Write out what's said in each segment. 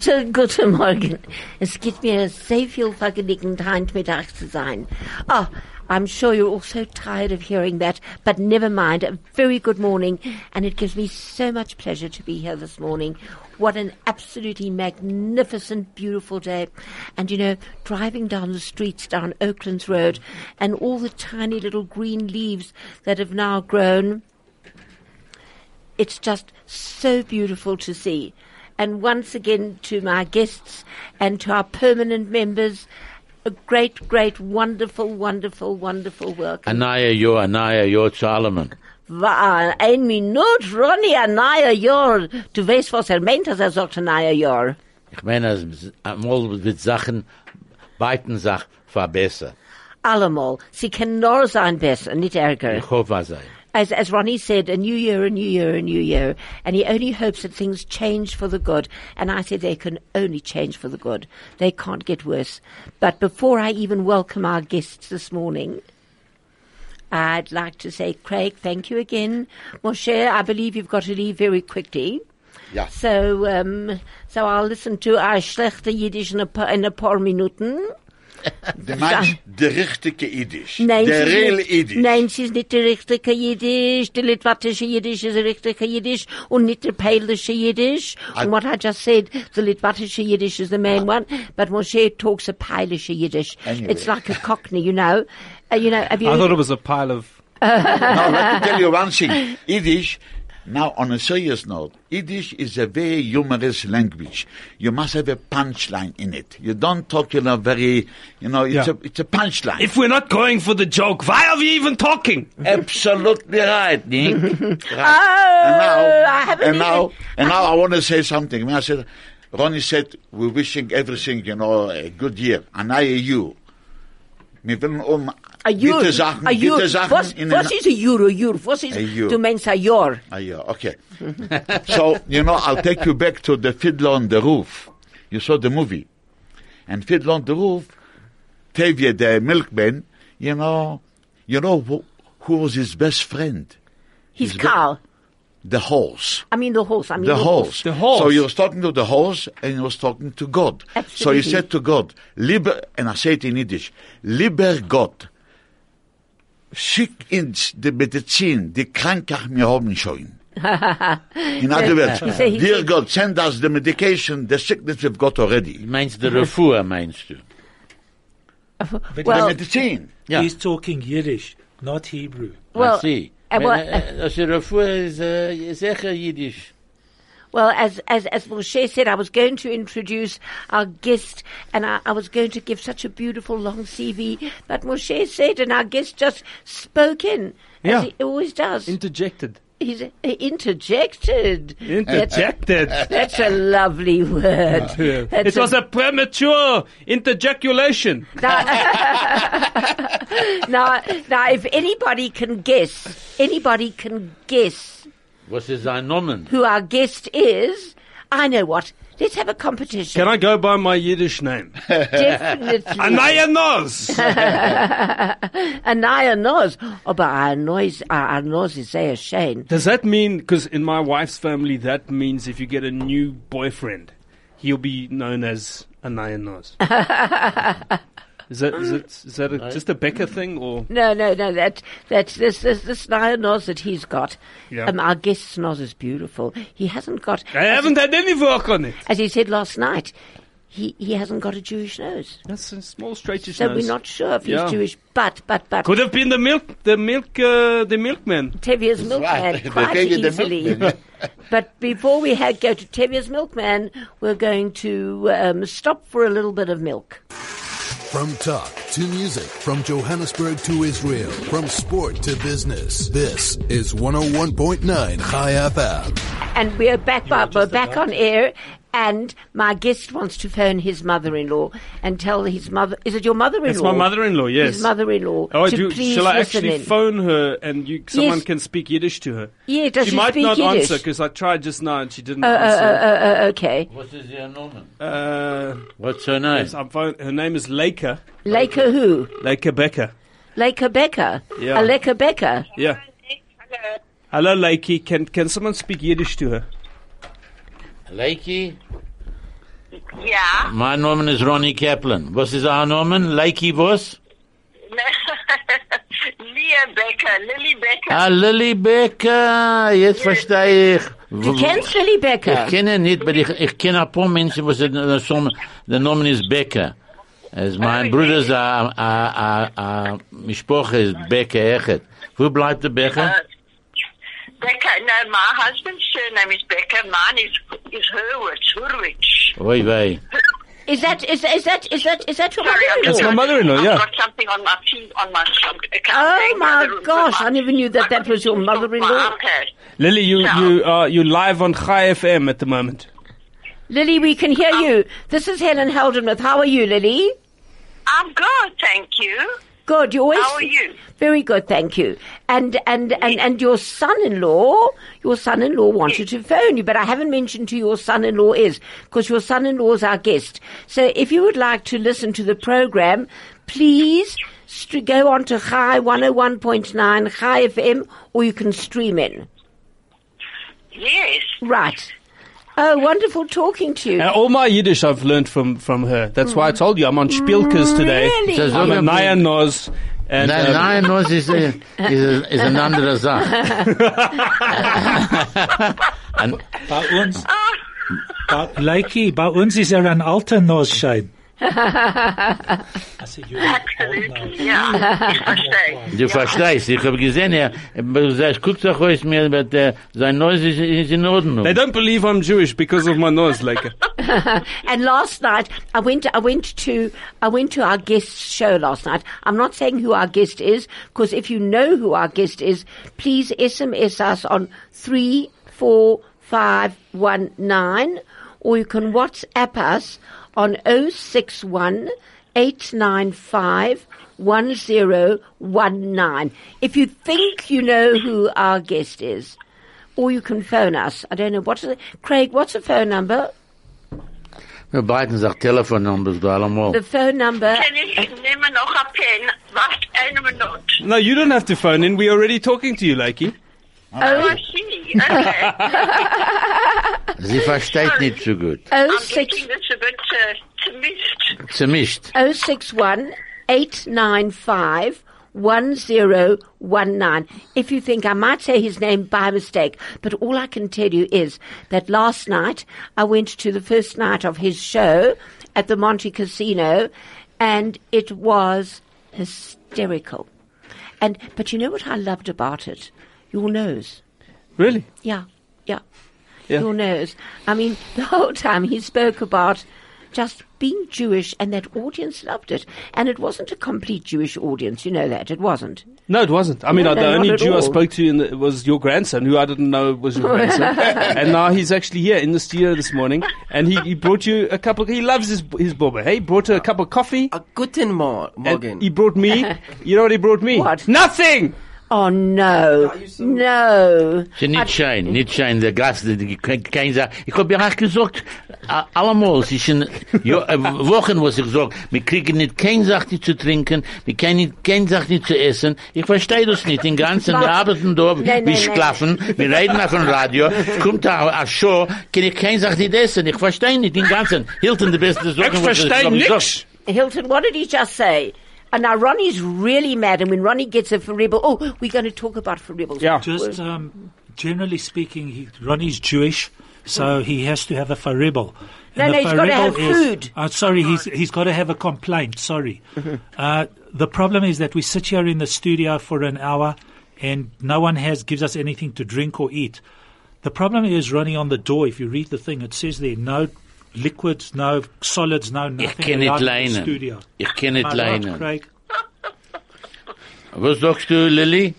Guten, guten Morgen. Es gibt mir sehr viel Vergnügen, heute mit euch zu sein. Oh, I'm sure you're all so tired of hearing that, but never mind. A very good morning, and it gives me so much pleasure to be here this morning. What an absolutely magnificent, beautiful day. And you know, driving down the streets down Oakland's Road and all the tiny little green leaves that have now grown, it's just so beautiful to see. And once again to my guests and to our permanent members, a great, great, wonderful, wonderful, wonderful work. Anaya Yo, Anaya Yo, Solomon. Waar, één minuut, Ronnie, een nieuw jaar. Du weißt, was er meint, als er sagt een nieuw jaar. Ich meine, es- einmal wird Sachen, beiden Sachen verbessern. Allemal. Sie kann nur sein besser, nicht ärger. Ich hoffe, was sei. As, as Ronnie said, a new year, a new year, a new year. And he only hopes that things change for the good. And I said they can only change for the good. They can't get worse. But before I even welcome our guests this morning, I'd like to say, Craig, thank you again. Moshe, I believe you've got to leave very quickly. Ja. So, um, so I'll listen to our schlechte Yiddish in a, pa- in a paar Minuten. Der Mensch, der richtige Jiddisch. Nein, der sie ist real nicht- Jiddisch. Nein, sie ist nicht der richtige Jiddisch. Der litwatische Jiddisch ist der richtige Jiddisch und nicht der palische Jiddisch. and what I just said, the litwatische Yiddish is the main one, but Moshe talks a palische Yiddish. Anyway. It's like a Cockney, you know. Uh, you know, have you? I thought it was a pile of. Now, let me tell you one thing. Yiddish, now on a serious note, Yiddish is a very humorous language. You must have a punchline in it. You don't talk in a very, you know, it's, Yeah. a, it's a punchline. If we're not going for the joke, why are we even talking? Absolutely right, Nick. right. Oh, and I now, haven't and now, even- and now I want to say something. When I said, Ronnie said, we're wishing everything, you know, a good year. And I, you. Wir wollen um a Jur. gute Sachen, a Jur. gute Sachen was, in was den- ist a Euro? Jur. Was ist, A Jur. du meinst a Jahr? Ah, yeah, okay. so, you know, I'll take you back to the Fiddler on the Roof. You saw the movie. And Fiddler on the Roof, Tavia the milkman, you know, you know who, who was his best friend? His It's cow. The horse. I mean the horse. I mean The horse. The horse. So he was talking to the horse and he was talking to God. So Absolutely. he said to God, Lieber, and I say it in Yiddish, Lieber Gott, schick ins die Medizin, die Krankheit mir haben schon. in other words, He said- he dear said- God, send us the medication, the sickness we've got already. Meinst du Refua, meinst du? the Well, medicine. Ja. He's talking Yiddish, not Hebrew. well, Sie. eh, uh, well, uh, Also Refua eh, ist äh, sicher Jiddisch. Well, as, as, as Moshe said, I was going to introduce our guest and I, I was going to give such a beautiful long CV, but Moshe said, and our guest just spoke in, Yeah. as he always does. Interjected. He's uh, interjected. That's, Interjected. that's a lovely word. That's It was a premature interjeculation. now, now, if anybody can guess, anybody can guess Was ist sein Nomen? who our guest is, I know what. Let's have a competition. Can I go by my Yiddish name? Definitely. Anaya knows. And I knows, aber I knows, I knows is sehr schön. Does that mean, because in my wife's family, that means if you get a new boyfriend, he'll be known as Anaya Nas? Is that, is it, is that a, just a Becker thing or? No, no, no, that, that, this, this, this Naya knows that he's got. Yeah. Um, our guest's nose is beautiful. He hasn't got, I haven't had any work on it. as he said last night, he, he hasn't got a Jewish nose. That's a small straightish So nose. we're not sure if he's Yeah. Jewish, but, but, but, Could have been the milk, the milk, uh, the milkman. Tevia's right. milkman They quite gave you the easily. milkman. but before we ha go to Tevia's milkman, we're going to um, stop for a little bit of milk. From talk to music, from Johannesburg to Israel, from sport to business. This is 101.9 High FM. And we are back. We're back on air, and my guest wants to phone his mother-in-law and tell his mother. Is it your mother-in-law? It's my mother-in-law, yes. His mother-in-law. Oh, to do, please shall I listen actually in. phone her and you, someone Yes. can speak Yiddish to her? Yeah, does she, she might speak not Yiddish? answer because I tried just now and she didn't answer. Uh, okay, Was ist ihr Nomen? Uh, What's her yes, name? I'm phone, her name is Laker, Laker who? Laker Becker. Laker Becker. Yeah. A Laker Becker. Yeah. Hello, Lakey. Can can someone speak Yiddish to her? Leiki? Yeah. Mein Name ist Ronnie Kaplan. Was ist our Name? Lakey was? Leah Becker, Lily Becker. Ah, Lily Becker. Jetzt verstehe ich. Du kennst Lily Becker? Ich kenne nicht, aber ich, ich kenne ein paar Menschen, was der Name ist Becker. Eh, Es mein Bruder ist a a a a Mischpoche ist Becker Echet. Wo bleibt der Becker? Uh, Becker, no, my husband's surname is Becker. Mine is is Hurwitz, Hurwitz. Oi wei. Is that is is that is that is that your Sorry, I've mother-in-law? got- my mother-in-law, I've yeah. got something on my feet, on my stomach. I can't Oh take my room, gosh! but I never knew that that was your My mother-in-law. iPad. Lily, you you are you live on Chai FM at the moment. Lily, we can hear you. This is Helen Haldenwith. How are you, Lily? I'm good, thank you. Good. You always. How are you? Very good, thank you. And and and and your son-in-law, your son-in-law wanted to phone you, but I haven't mentioned who your son-in-law is because your son-in-law is our guest. So if you would like to listen to the program, please st- go on to High 101.9 High FM, or you can stream in. Yes. Right. Oh, wonderful talking to you. Uh, all my Yiddish I've learned from, from her. That's why I told you I'm on Spielkes today. Mm. Really? Says I'm a Zogan- Naya Noz. And, Nein, um, nein, das ist, äh, ist, ist eine andere Sache. Ein- Bei uns, bei, Leiki, bei uns ist er ein alter Nussschein. Absolutely, yeah. Yes, I say. Du verstehst, ich habe gesehen, er, er guckt doch aus mir, aber der, sein Neues ist, ist in Ordnung. They don't believe I'm Jewish because of my nose, like. And last night I went I went to I went to our guest's show last night. I'm not saying who our guest is because if you know who our guest is, please SMS us on 34519 or you can WhatsApp us on 061 895 1019. If you think you know who our guest is, or you can phone us. I don't know what's the, Craig, what's the phone number? Wir beiden sagt Telefonnumbers, du The allemal. phone number. Can you name a noch a pen? Wacht eine Minute. No, you don't have to phone in. We're already talking to you, Lakey. Oh, I see. Okay. Sie versteht nicht so gut. Oh I'm six getting this a bit uh, missed. Zermischt. oh six one eight nine five one zero one nine. If you think I might say his name by mistake, but all I can tell you is that last night I went to the first night of his show at the Monte Casino, and it was hysterical. And but you know what I loved about it? Your nose. Really? Yeah, yeah. Yeah. Your nose. I mean, the whole time he spoke about just being Jewish, and that audience loved it. And it wasn't a complete Jewish audience, you know that. It wasn't. No, it wasn't. I mean, No, uh, the no, not only at Jew I all. spoke to in the, was your grandson, who I didn't know was your grandson, and now he's actually here in the studio this morning, and he, he brought you a cup of. He loves his his boba. Hey, he brought her a cup of coffee. A guten Mor- and Morgen. He brought me. You know what he brought me? What? Nothing. Oh no, no. Sie nicht schein, nicht schein, der Gast, die- die- kein kein sagt. Ich habe ja auch gesagt, a- allemal, es ist in jo, äh, Wochen, was ich sage, wir kriegen nicht kein Sach nicht zu trinken, wir können nicht kein Sach nicht zu essen. Ich verstehe das nicht, den ganzen, wir arbeiten da, nein, wir nein. schlafen, wir reden auf dem Radio, kommt da a Show, kann ich kein Sach nicht essen, ich verstehe nicht den ganzen. Hilton, die beste Sache, Ich verstehe nichts. Hilton, what did he just say? And now Ronnie's really mad, and when Ronnie gets a for rebel, oh, we're going to talk about for rebels. Yeah. Just um, generally speaking, he, Ronnie's Jewish, so he has to have a faribel. Oh. No, no, he's gotta have food. Uh-huh. Uh, sorry, he's he's got to have a complaint. Sorry. Uh, the problem is that we sit here in the studio for an hour, and no one has gives us anything to drink or eat. The problem is, Ronnie, on the door. If you read the thing, it says there no liquids, no solids, no nothing. Ich kann nicht allowed in the leinen. studio. Ich kann nicht My lord, leinen. Craig. Was sagst du, Lilly?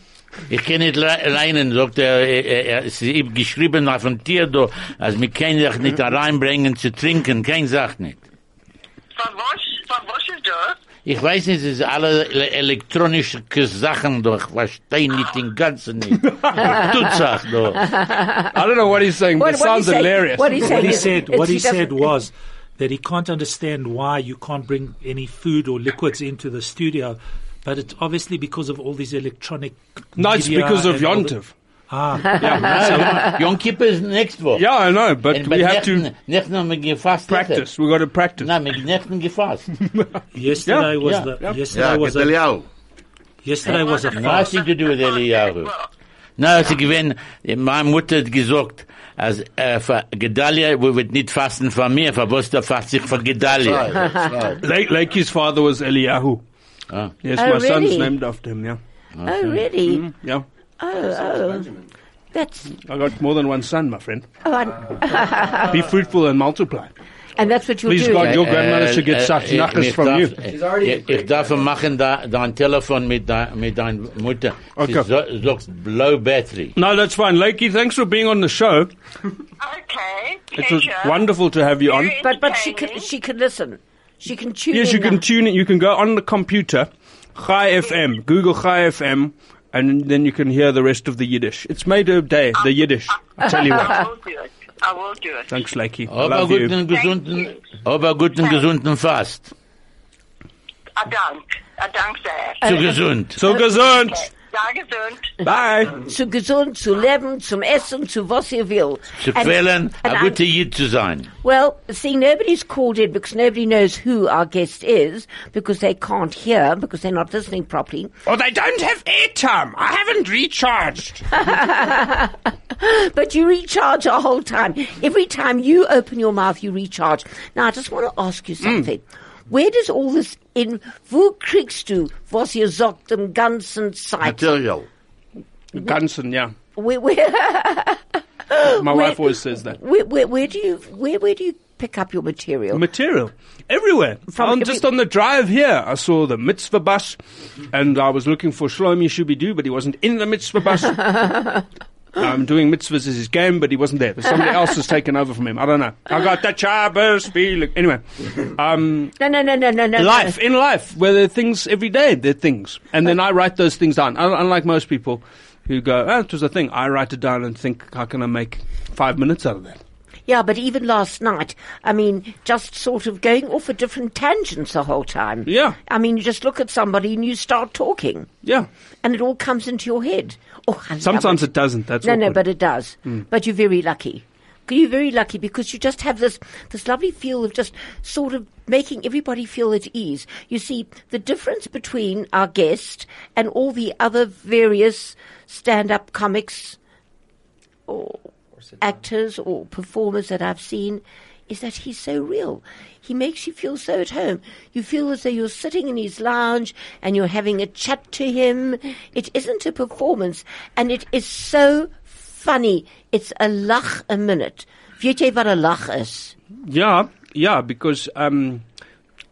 Ich kann nicht le- leinen, sagt er, er, er, es ist geschrieben auf dem Tier da, also wir können dich nicht reinbringen zu trinken, kein sagt nicht. Von was, von was ist das? Ich weiß nicht, es ist alle le- elektronische Sachen doch, ich verstehe nicht den Ganzen nicht. Tutsach doch. I don't know what he's saying. but What, it what he sounds said- hilarious. What he said, what he is- said, it's- what he doesn't- said was that he can't understand why you can't bring any food or liquids into the studio, but it's obviously because of all these electronic. no, it's media because of and all the- Yontif. Ah, No, Yom Kippur is next week. Yeah, I know, but And, we have to nechten- nechten haben wir gefasst. practice. We've got to practice. Nein, wir nechten gefasst. yesterday was yeah, the yeah. yesterday Yeah, was a Gedaliau. yesterday was a fast. Nothing to do with Eliyahu. Na, sie gewinn, meine Mutter hat gesagt, als, äh, für Gedalia, wir wird nicht fasten von mir, für was da fast sich für Right, Gedalia. that's right. Like, like his father was Eliyahu. Ah. Yes, Oh, my son's really? named after him. Yeah, Oh, really? yeah. Oh, oh. That's I got more than one son, my friend. oh, I, Be fruitful and multiply. and that's what you're Please doing. God, your grandmother should Äh, get such äh, knackers ich from darf- you. äh, Ich, ich darf machen da, dein Telefon mit, dein- mit deiner Mutter. Okay. Sie so, sagt low battery. No, that's fine. Lakey, thanks for being on the show. Okay. It was pleasure. wonderful to have you on. Very but but she entertaining. can she can listen. She can tune. Yes, in you can now. tune it. You can go on the computer, Chai FM, Google Chai FM, and then you can hear the rest of the Yiddish. It's made a day, the Yiddish. I tell you what. I will do it. I will do it. Thanks, Lakey. I Aber love you. guten, gesunden, aber guten, gesunden Fast. I dank. I dank that. Uh, Zu gesund. So gesund. Danke gesund. Bye. Zu gesund, zu leben, zum Essen, zu was ihr will. Zu And- quälen, and ein I'm- guter Jid zu sein. Well, see, nobody's called in because nobody knows who our guest is because they can't hear because they're not listening properly. Oh, they don't have airtime. I haven't recharged. But you recharge a whole time. Every time you open your mouth, you recharge. Now, I just want to ask you something. Where does all this in? Wo kriegst du was ihr sagt im ganzen Zeit? Material. Gunson, yeah. Where, where, My wife always says that. where, where, where do you where where do you pick up your material? Material everywhere. From on, every- just on the drive here, I saw the mitzvah bus, and I was looking for Shlomi Shubidu, but he wasn't in the mitzvah bus. I'm doing mitzvahs as his game, but he wasn't there. Somebody else has taken over from him. I don't know. I got the Shabbos feeling. Anyway, um, No, no, no, no, no, no. life in life where there are things every day. There are things, and then I write those things down. Un- Unlike most people who go, "Oh, it was a thing," I write it down and think, "How can I make five minutes out of that?" Yeah, but even last night, I mean, just sort of going off at different tangents the whole time. Yeah. I mean, you just look at somebody and you start talking, Yeah. and it all comes into your head. Oh, I love Sometimes it. it doesn't. That's No, awkward. Hmm. no, but it does. But you're very lucky. You're very lucky because you just have this this lovely feel of just sort of making everybody feel at ease. You see, the difference between our guest and all the other various stand-up comics or actors or performers that I've seen is that he's so real. He makes you feel so at home. You feel as though you're sitting in his lounge and you're having a chat to him. It isn't a performance and it is so funny. It's a lach a minute. Weet jy wat 'n lach is? Yeah, yeah, because um,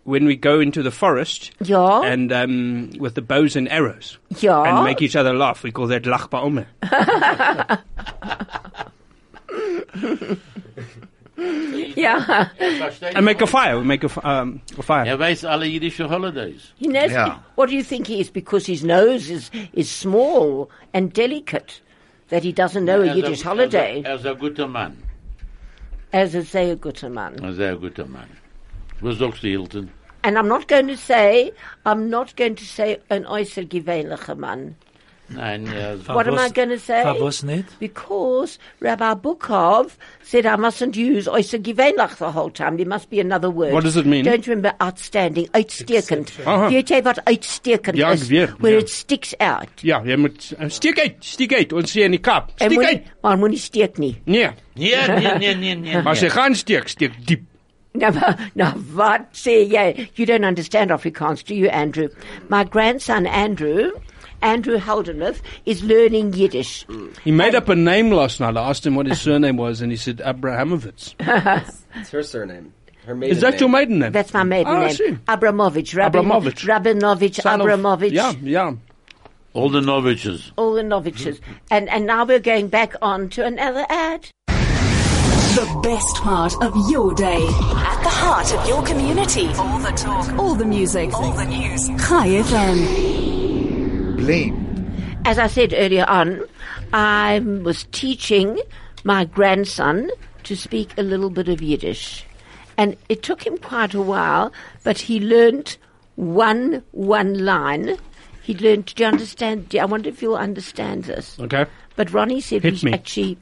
when we go into the forest Ja. and um, with the bows and arrows Ja. and make each other laugh, we call that lach ba'ome. yeah. And make a fire. We make a, f- um, a fire. Er weiß alle jüdische Holidays. He knows Yeah. what do you think he is because his nose is is small and delicate that he doesn't know Er a ist Yiddish ein- Nou, holiday Er ist ein guter Mann. as a say a guter man. Ein sehr guter Mann. Was sagst du, Hilton? And I'm not going to say, I'm not going to say an äußer gewöhnlicher Mann. Nein, er ist- What am I going to say? Favos net. Because Rabbi Bukov said I mustn't use äußer gewöhnlich the whole time. There must be another word. What does it mean? Don't remember outstanding, outstierkend. Aha. Weet jy wat outstierkend Ja, ek is? weet, Where ja. it sticks out. Yeah, yeah. But, uh, stick it, stick it. Ons sien die kap. En Stick moenie- it. maar moenie steek nie. Nee, Ja, nee, nee, nee, nee, maar nee. sy gaan steek, steek diep. Now, now, what say you? You don't understand Afrikaans, do you, Andrew? My grandson, Andrew, Andrew Haldenmuth, is learning Yiddish. He made up a name last night. I asked him what his surname was, and he said Abrahamovitz. It's her surname. Her maiden Is that name. your maiden name? That's my maiden Ah, I see. name. Abramovich. Rabin, Abramovich. Rabinovich, Son of- Abramovich. Yeah, yeah. All the Norwiches. All the Noviches. And, and now we're going back on to another ad. The best part of your day. At the heart of your community. All the talk. All the music. All the news. Hi FM. Blame. As I said earlier on, I was teaching my grandson to speak a little bit of Yiddish. And it took him quite a while, but he learnt one, one line. He learnt, do you understand? Do you- I wonder if you'll understand this. Okay. But Ronnie said Hit we me. actually.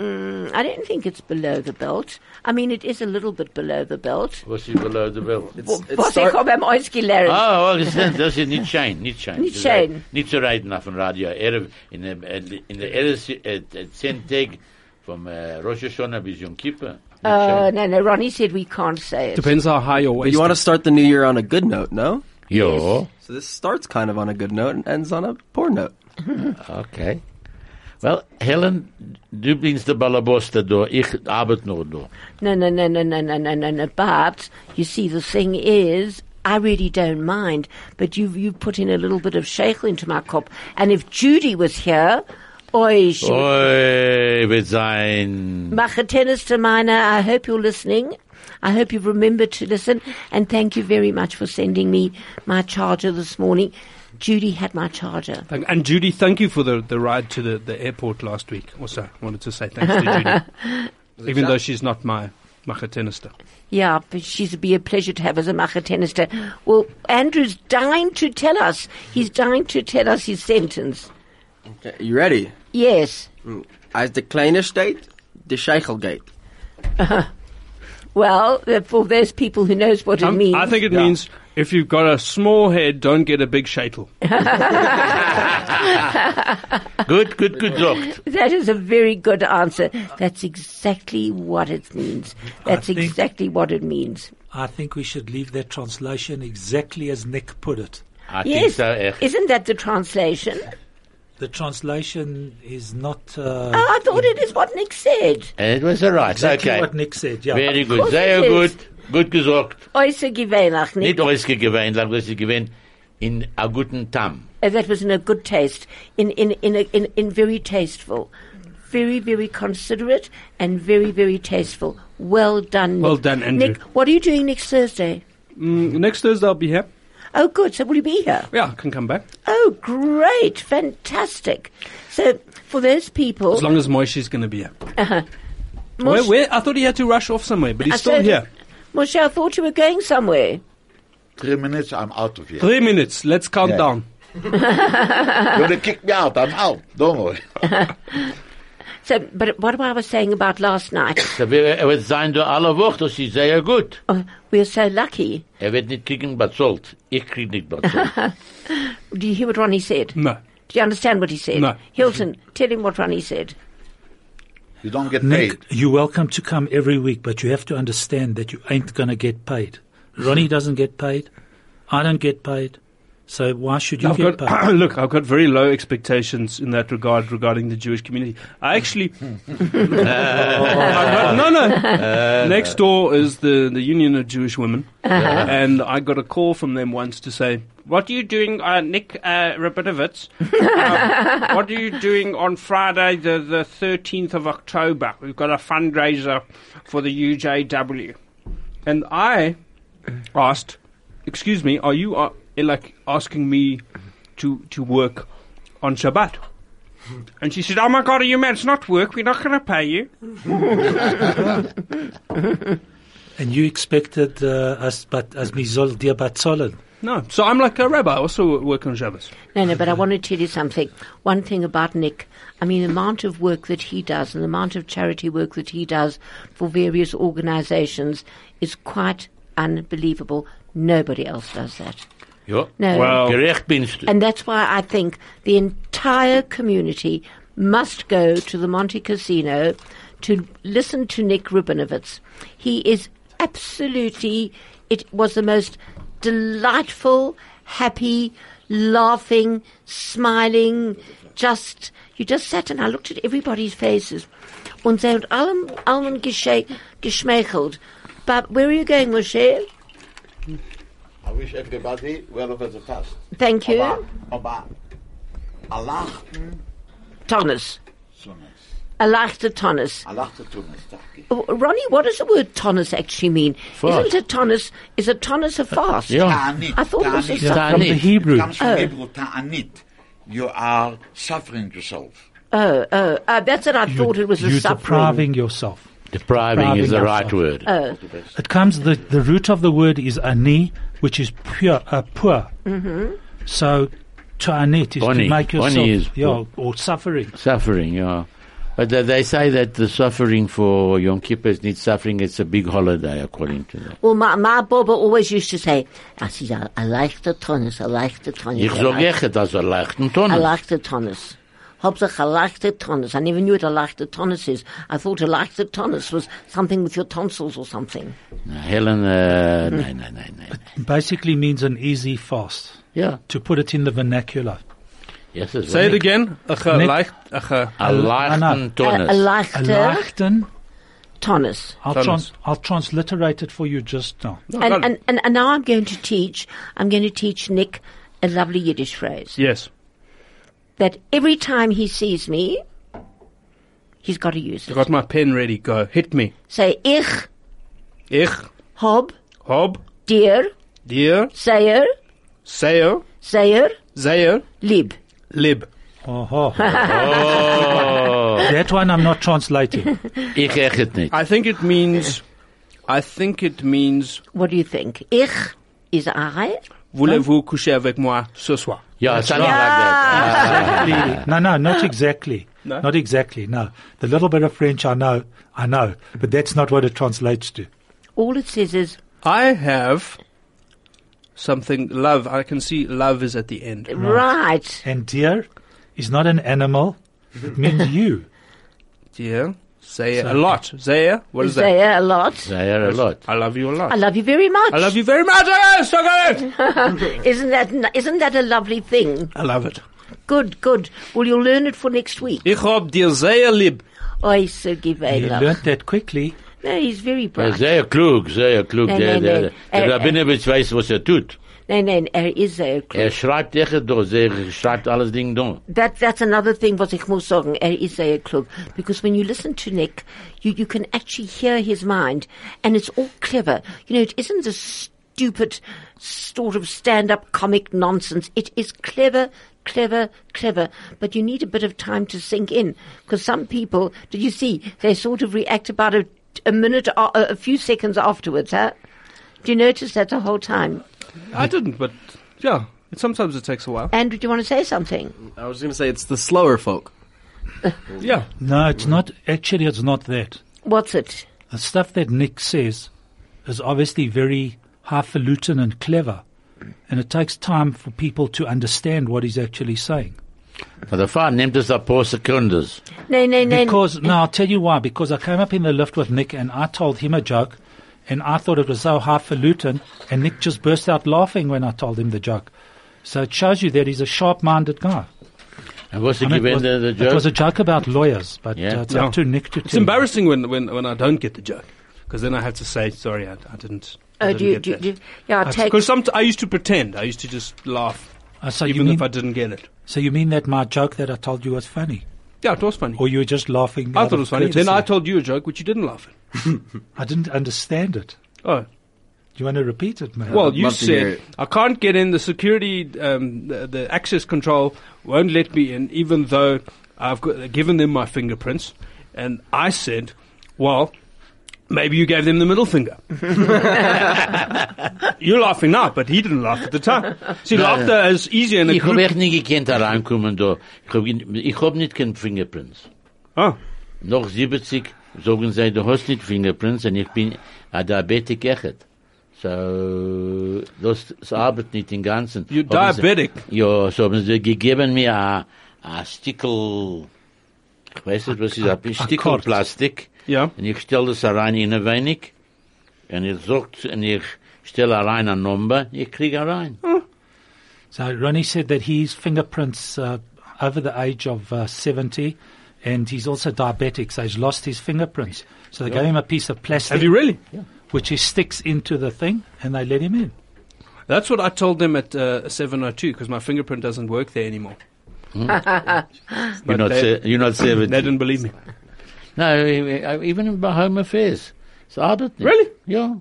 Mm, I don't think it's below the belt. I mean, it is a little bit below the belt. Was he below the belt? It's, Well, it's Bossy start- kom hem uitgelernt. Ah, Oh, well, das ist, das ist nicht schön, nicht schön. Niet schijn. Nicht zu reden auf dem Radio. Er, in der, in der ersten, äh, zehn Tag vom äh, Rosh Hashanah bis Yom Kippur. Niet Uh, schijn. no, no, Ronnie said we can't say it. Depends how high your But waist you want to is. start the new year on a good note, no? Jo, So this starts kind of on a good note and ends on a poor note. okay. Well, Helen, du bist der Ballaboster da, ich arbeite nur da. No, no, no, no, no, no, no, no, no. But you see, the thing is, I really don't mind. But you you put in a little bit of sheikhel into my cup, and if Judy was here, oi, she would Oi, wird sein. Mache Tennis to Minor. I hope you're listening. I hope you've remembered to listen. And thank you very much for sending me my charger this morning. Judy had my charger. And, and Judy, thank you for the, the ride to the, the airport last week. Also, I wanted to say thanks to Judy, even though she's not my machetenister. Yeah, but she'd be a pleasure to have as a macha tennister. Well, Andrew's dying to tell us. He's dying to tell us his sentence. Okay, you ready? Yes. Als de kleine steht, de Scheichel geht. Well, uh, for those people who knows what it Um, means. I think it means if you've got a small head, don't get a big shaitel. Gut, gut gesagt. That is a very good answer. That's exactly what it means. That's think- exactly what it means. I think we should leave that translation exactly as Nick put it. I think Yes. so, eh. echt. Isn't that the translation? The translation is not uh, Ah, I thought it is what Nick said. It was alright, exactly okay. what Nick said. Yeah. Very Of good, course sehr it gut, is. gut gesagt. Äußer Gewehnach, Nick. Nicht äußere gewähnt, sondern äußere gewähnt in a guten Tam. Uh, that was in a good taste, in in in, a, in in very tasteful, very very considerate and very very tasteful. Well done. Nick. Well done, Andrew. Nick, what are you doing next Thursday? Mm, next Thursday, I'll be here. Oh, good. So will you be here? Yeah, I can come back. Oh, great, fantastic. So for those people, As long as Moishe's going to be here. Where, Moshe, where? I thought he had to rush off somewhere, but he's Uh-huh. I still said- here. Moshe, I thought you were going somewhere. Three minutes, I'm out of here. Three minutes. Let's count Yeah. down. You're gonna kick me out. I'm out. Don't worry. So, but what I was saying about last night, So wir, er wird sein durch alle Woche, das ist sehr gut. uh, we're so lucky. Er wird nicht kriegen bezahlt. Ich krieg nicht bezahlt. Do you hear what Ronnie said? No. Do you understand what he said? No. Hilton, tell him what Ronnie said. You don't get paid. Nick, you're welcome to come every week, but you have to understand that you ain't going to get paid. Ronnie doesn't get paid. I don't get paid. So why should you I've get got, paid? look, I've got very low expectations in that regard regarding the Jewish community. I actually, I've got- no, no. Next door is the, the Union of Jewish Women, and I got a call from them once to say, "What are you doing, uh, Nick uh, Rabinowitz? Um, what are you doing on Friday, the the thirteenth of October? We've got a fundraiser for the UJW." And I asked, "Excuse me, are you uh, like asking me to to work on Shabbat?" And she said, "Oh my God, are you mad? It's not work. We're not going to pay you." And you expected uh, us, but as we soll dir bezahlen. No, so I'm like a rabbi. I also work on Shabbos. No, no, but I want to tell you something. One thing about Nick, I mean, the amount of work that he does and the amount of charity work that he does for various organizations is quite unbelievable. Nobody else does that. ja. No. Wow. Gerecht binst du. And that's why I think the entire community must go to the Monte Casino to listen to Nick Rubinovitz. He is absolutely, it was the most delightful, happy, laughing, smiling, just, you just sat and I looked at everybody's faces. Und sie und allem, allem gesche- geschmeichelt. But where are you going, Moshe? I wish everybody wherever the fast. Thank you. Aber Alachten Tonus. Tunis. A leichter Tonus. Alachten Tunis. Thank you. Oh, Ronnie, what does the word tonus actually mean? Fast. Isn't a tonus is a tonus Uh, a fast? Ja. Ta'anit. I thought it was a Ta'anit. song. From the Tanit. Hebrew. comes from Oh. Hebrew ta'anit. You are suffering yourself. Oh, oh, uh, that's what I thought it was a You're suffering. depriving yourself. Depriving is the Depriving right yourself. word. Oh. It comes, the, the Mm-hmm. root of the word is ani, which is pure, uh, poor. So to Annette is Bonnie. to make yourself Bonnie is yeah, poor. or suffering. Suffering, yeah. But they, they say that the suffering for Yom Kippur is not suffering, it's a big holiday, according to them. Well, my, my Baba always used to say, I said, I, I like the tonus, I like the tonus. Ich I sag like- echt, das ist ein leichten I Tonne. like the tonus. Hauptsache, I like the tonus. I never knew what a like the tonus is. I thought a like the tonus was something with your tonsils or something. Helen, äh, nein, nein, nein, nein. Basically means an easy fast. Yeah. To put it in the vernacular, Yes, it's Say it right. again. uh, A Nick. geleicht, a ge- A leichten A, a Tonne. like a the leichten. tonus. I'll, trans- I'll transliterate it for you just now. And, and, and, and now I'm going to teach, I'm going to teach Nick a lovely Yiddish phrase. Yes. That every time he sees me, he's got to use I it. got my pen ready. Go. Hit me. Say, ich Ich hob hob dir dir seyer, seyer seyer, zeyer lieb. lib. Aha. Oh, that one I'm not translating. ich echt nicht. I think it means. I think it means. What do you think? Ich is I. Voulez-vous coucher avec moi ce soir? Yeah, it's something like that. no, no, not exactly. No? Not exactly. No, the little bit of French I know, I know, but that's not what it translates to. All it says is I have something. Love. I can see love is at the end. right. And deer is not an animal; it means you. Dear, say a lot. Zaya, what is that? Say a lot. They are a lot. I love you a lot. I love you very much. I love you very much. I love you. Isn't that n- isn't that a lovely thing? I love it. Good, good. Well, you'll learn it for next week. Ich hab dir sehr lieb. I so give a You love. learnt that quickly. No, he's very Ja, bright. Sehr klug, sehr klug. Nee, nee, der, der, nee. der Eh, Rabinowitsch weiß, was er tut. No, no, no, er is a Er schreibt echt durch, er schreibt alles Ding dong. That that's another thing what ich muss sagen. Er is a klug because when you listen to Nick, you you can actually hear his mind, and it's all clever. You know, it isn't a stupid sort of stand-up comic nonsense. It is clever. Clever, clever, but you need a bit of time to sink in because some people, did you see, they sort of react about a, a minute, a, a few seconds afterwards, huh? Do you notice that the whole time? I didn't, but yeah, it, sometimes it takes a while. Andrew, do you want to say something? I was going to say it's the slower folk. Yeah. No, it's not. Actually, it's not that. What's it? The stuff that Nick says is obviously very highfalutin and clever, and it takes time for people to understand what he's actually saying. Aber der Fahrer nimmt es ein paar Sekunden. No, no, no. Because now I'll tell you why. Because I came up in the lift with Nick and I told him a joke, and I thought it was so highfalutin, and Nick just burst out laughing when I told him the joke. So it shows you that he's a sharp-minded guy. Und was I er mean, it, gewinnt, was, der der it was a Joke? joke about lawyers, but Yeah. uh, it's No. up to Nick to It's tell. embarrassing when, when, when I don't get the joke, because then I have to say, sorry, I, I didn't. Oh, do you, do, you- Uh, Because do, you- yeah, I take. some I used to pretend. I used to just laugh, Uh, so you even mean if I didn't get it. so you mean that my joke that I told you was funny, Yeah, it was funny. or you were just laughing? I out thought it of was funny. courtesy? Then I told you a joke which you didn't laugh at. I didn't understand it. Oh, Do you want to repeat it, man? well, I'd you love to hear said it. I can't get in. The security, um, the, the access control won't let me in, even though I've got, given them my fingerprints. And I said, well, maybe you gave them the middle finger. You're laughing now, but he didn't laugh at the time. See, laughter is easier in a Ich hab group. echt nie gekannt, da reinkommen da. Ich hab, ich hab nicht kein Fingerprints. Oh, Noch 70 sagen sie, du hast nicht Fingerprints und ich bin ein Diabetik echt. So, das, das arbeitet nicht im Ganzen. You're Haben sie- diabetic. Ja, so haben sie gegeben mir ein, ein Stickel, ich weiß nicht, was ist, ein Stickel Kort. Plastik. Ja. Und ich stelle das rein in ein wenig. Und ich sagt, und ich stelle rein eine Nummer, ich kriege rein. Hm. So Ronnie said that his fingerprints uh, over the age of uh, 70, and he's also diabetic, so he's lost his fingerprints. So they gave him a piece of plastic, have you really? which he sticks into the thing, and they let him in. That's what I told them at uh, 702 because my fingerprint doesn't work there anymore. Hmm. You're not, they- se- you're not They 70. didn't believe me. No, even bei Home Affairs. Es arbeitet nicht. Really? Ja.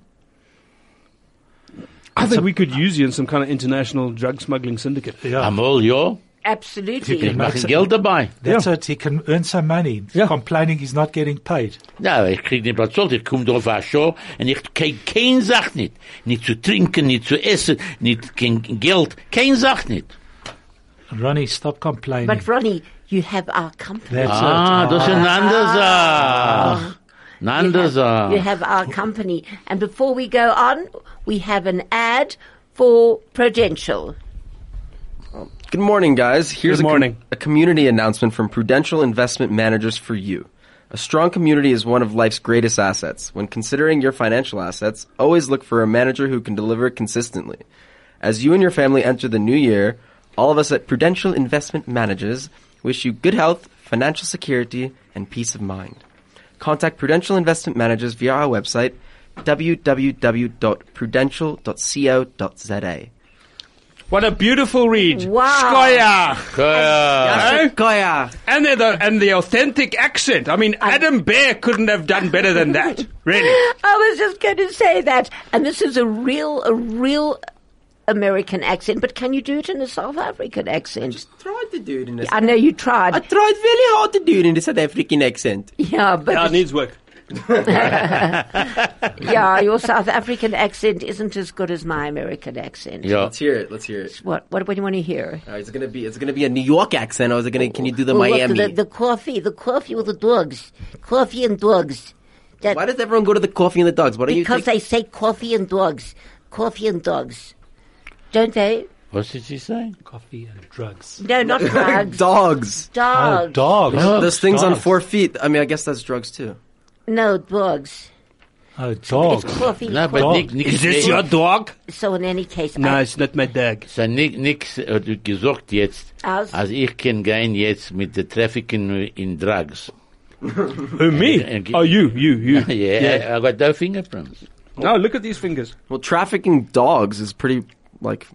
I think we could use you in some kind of international drug smuggling syndicate. Yeah, Einmal ja. Ich Absolutely. mache Geld dabei. that's it. He can earn some money. Yeah. Complaining he's not getting paid. Ja, ich krieg nicht bezahlt, ich komm drauf an Show und ich krieg kein Sach nicht. Nicht zu trinken, nicht zu essen, nicht kein Geld, kein Sach nicht. Ronnie, stop complaining. But Ronnie, you have our company. Ah. That's Ah, it. das ist eine andere Sache. Eine andere You Sache. have our company. And before we go on, we have an ad for Prudential. Good morning, guys. Here's Good a com- morning. a community announcement from Prudential Investment Managers for you. A strong community is one of life's greatest assets. When considering your financial assets, always look for a manager who can deliver consistently. As you and your family enter the new year, all of us at Prudential Investment Managers wish you good health, financial security, and peace of mind. Contact Prudential Investment Managers via our website www.prudential.co.za. What a beautiful read. Wow. Skoya. Yes, Goya. And the, the, and the authentic accent. I mean, Adam Bear couldn't have done better than that. Really. I was just going to say that. And this is a real, a real American accent. But can you do it in a South African accent? Tried to do it in a I know you I tried. tried very hard to do it in a South African accent. Yeah, but That Uh, needs work. yeah, your South African accent isn't as good as my American accent. Ja. Let's hear it. Let's hear it. What, what do you want to hear? All right, it's gonna be it's gonna be a New York accent, or is it gonna? Can you do the Oh, look, Miami? the, the coffee, the coffee with the dogs. Coffee and dogs. That, Why does everyone go to the coffee and the dogs? Why do you? because take- they say coffee and dogs. Coffee and dogs. Don't they? Was did she say? Coffee and drugs. No, not dogs. dogs. Dogs. Oh, dogs. Those things on Dogs. four feet. I mean, I guess that's drugs too. No, dogs. Oh, dogs. It's coffee. No, coffee. but Nick, Nick, eh- Is this your dog? so in any case, No, I- it's not my dog. So Nick, Nick hat gesagt jetzt, Aus. als ich kann gehen jetzt mit der Trafficking in Drugs. Who, me? and- Oh, you, you, you. Yeah, I got no fingerprints. No, look at these fingers. Well, trafficking dogs is pretty like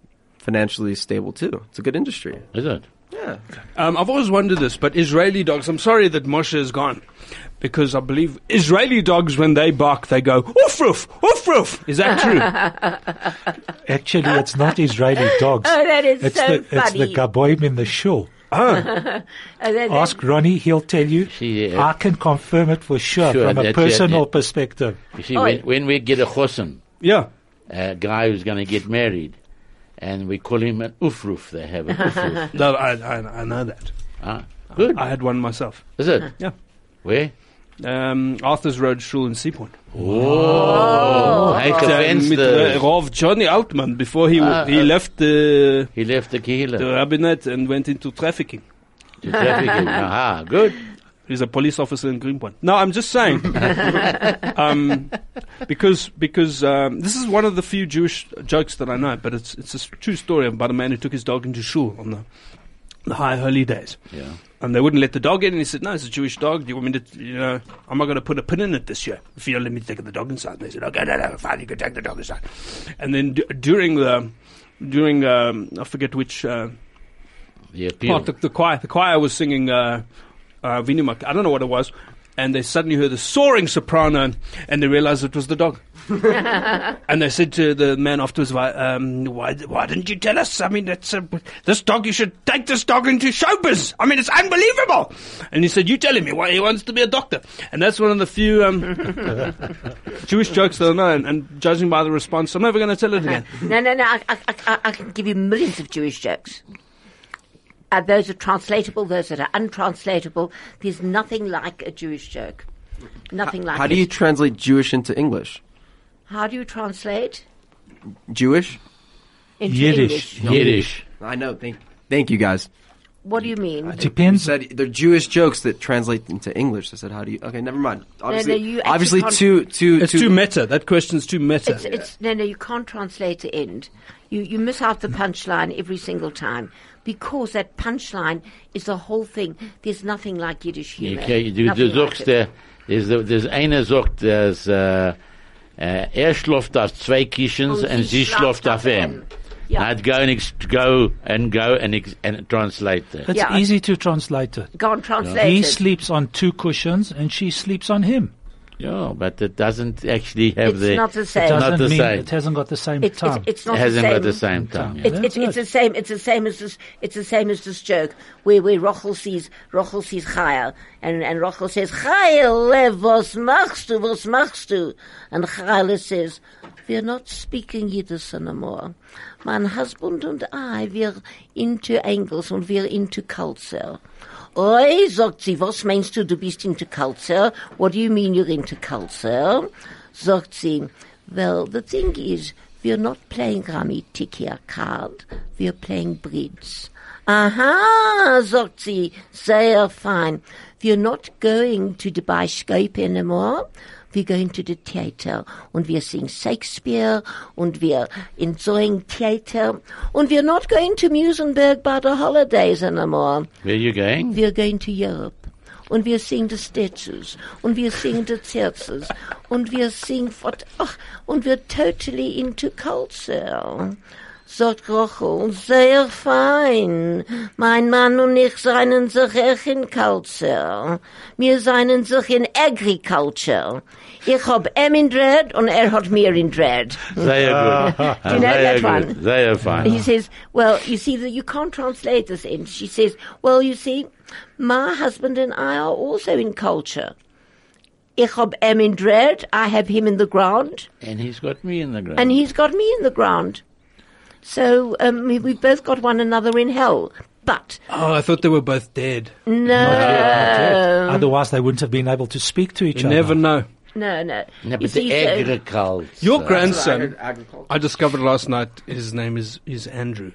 financially stable too. It's a good industry. Is it? Yeah. Um, I've always wondered this, but Israeli dogs, I'm sorry that Moshe is gone. Because I believe Israeli dogs, when they bark, they go, woof, woof, woof, woof. Is that true? Actually, it's not Israeli dogs. Oh, that is it's so the, It's the funny. Gaboim in the shul. Oh, that- that- Ask Ronnie, he'll tell you. She, uh, I can confirm it for sure, Sure, from a that's it, yeah. personal perspective. You see, Oh, when, yeah. when we get a chosen, yeah. a guy who's going to get married, and we call him an ufruf, they have an ufruf. No, I, I, I know that. ah, good, I had one myself. is it? Yeah. Where? Um, Arthur's Road Shul in Seapoint. Oh, hij heeft gewenst, With eh, uh, Rav Johnny Altman before he, Ah, he uh, left the, He left the the kehila. rabbinate and went into trafficking. to trafficking. Aha, Ah, good. He's a police officer in Greenpoint. No, I'm just saying, um, because because um, this is one of the few Jewish jokes that I know, but it's it's a s- true story about a man who took his dog into shul on the, the high holy days, Yeah. and they wouldn't let the dog in, and he said, "No, it's a Jewish dog. Do you want me to? You know, I'm not going to put a pin in it this year if you don't let me take the dog inside." And they said, "Okay, no, no, fine, you can take the dog inside." And then d- during the during um, I forget which. Uh, The appeal. part the, the choir. The choir was singing uh, uh, Vinimak. I don't know what it was. And they suddenly heard a soaring soprano, and they realized it was the dog. and they said to the man afterwards, "Why, um, why, why didn't you tell us? I mean, that's uh, this dog. You should take this dog into showbiz. I mean, it's unbelievable." And he said, "You telling me why he wants to be a doctor?" And that's one of the few um, Jewish jokes that I know. And, and judging by the response, I'm never going to tell it again. No, no, no. I, I, I, I can give you millions of Jewish jokes. Uh, those are translatable, those that are untranslatable. There's nothing like a Jewish joke. Nothing like How do it. you translate Jewish into English? How do you translate? Jewish? Into Yiddish. English. Yiddish. I know. Thank, thank you guys. What do you mean? You Depends. said they're Jewish jokes that translate into English. I said, how do you? Okay, never mind. Obviously, you actually obviously, can't- two, two, It's two- too meta. That question's too meta. It's, it's, no, no, you can't translate the end. You, you miss out the punchline every single time because that punchline is the whole thing. There's nothing like Yiddish humor. Okay, du, Nothing du like sagst, it. der, uh, there's, there's einer sagt, dass, äh, äh, er schläft auf zwei Kitchens und sie schläft auf ihm. Ja. I'd go and ex- go and go and, ex- and translate that. It's Yeah. easy to translate it. Go and translate He it. sleeps on two cushions and she sleeps on him. Yeah, but it doesn't actually have It's the. not the same. It not doesn't the mean same. it hasn't got the same It's, it's, time. it's it not hasn't the same. got the same time. yeah. It's, That's it's, it's it. the same. It's the same as this. It's the same as this joke where where Rochel sees Rochel sees Chaya and and Rochel eh, says Chaya, was machst du, was machst du, and Chaya says we're not speaking Yiddish anymore. My husband and I, we're into Engels und we're into culture. Oi, sagt sie, was meinst du, du bist into culture? What do you mean you're into culture? Sagt sie, well, the thing is, we're not playing Rummy Tikia card, we're playing bridge. Aha, sagt sie, sehr fein. We're not going to the Bioscope anymore. We're going to the theater. Und wir singen Shakespeare und wir enjoying theater. Und we're not going to Musenberg by the holidays anymore. Where you going? We're going to Europe. Und wir singen die Statues. Und wir singen die Zerzes. Und wir singen, fort- ach, und wir totally into culture. Sagt Rochel, sehr fein. Mein Mann und ich seien sich echt in Culture. Wir seien sich in Agriculture. Ich hab ihm in Dread und er hat mir in Dread. Sehr gut. Do you know Sehr that gut. one? Sehr fein. He says, "Well, you see that you can't translate this." In she says, "Well, you see, my husband and I are also in culture. Ich hab em in dread. I have him in the ground, And he's got me in the ground. and he's got me in the ground. So um, we- we've both got one another in hell." But Oh, I thought they were both dead. no, Otherwise, they wouldn't have been able to speak to each You other. never know. no, no. no, You but see, the so- agriculture. Your grandson, Agriculture. I discovered last night, his name is, is Andrew.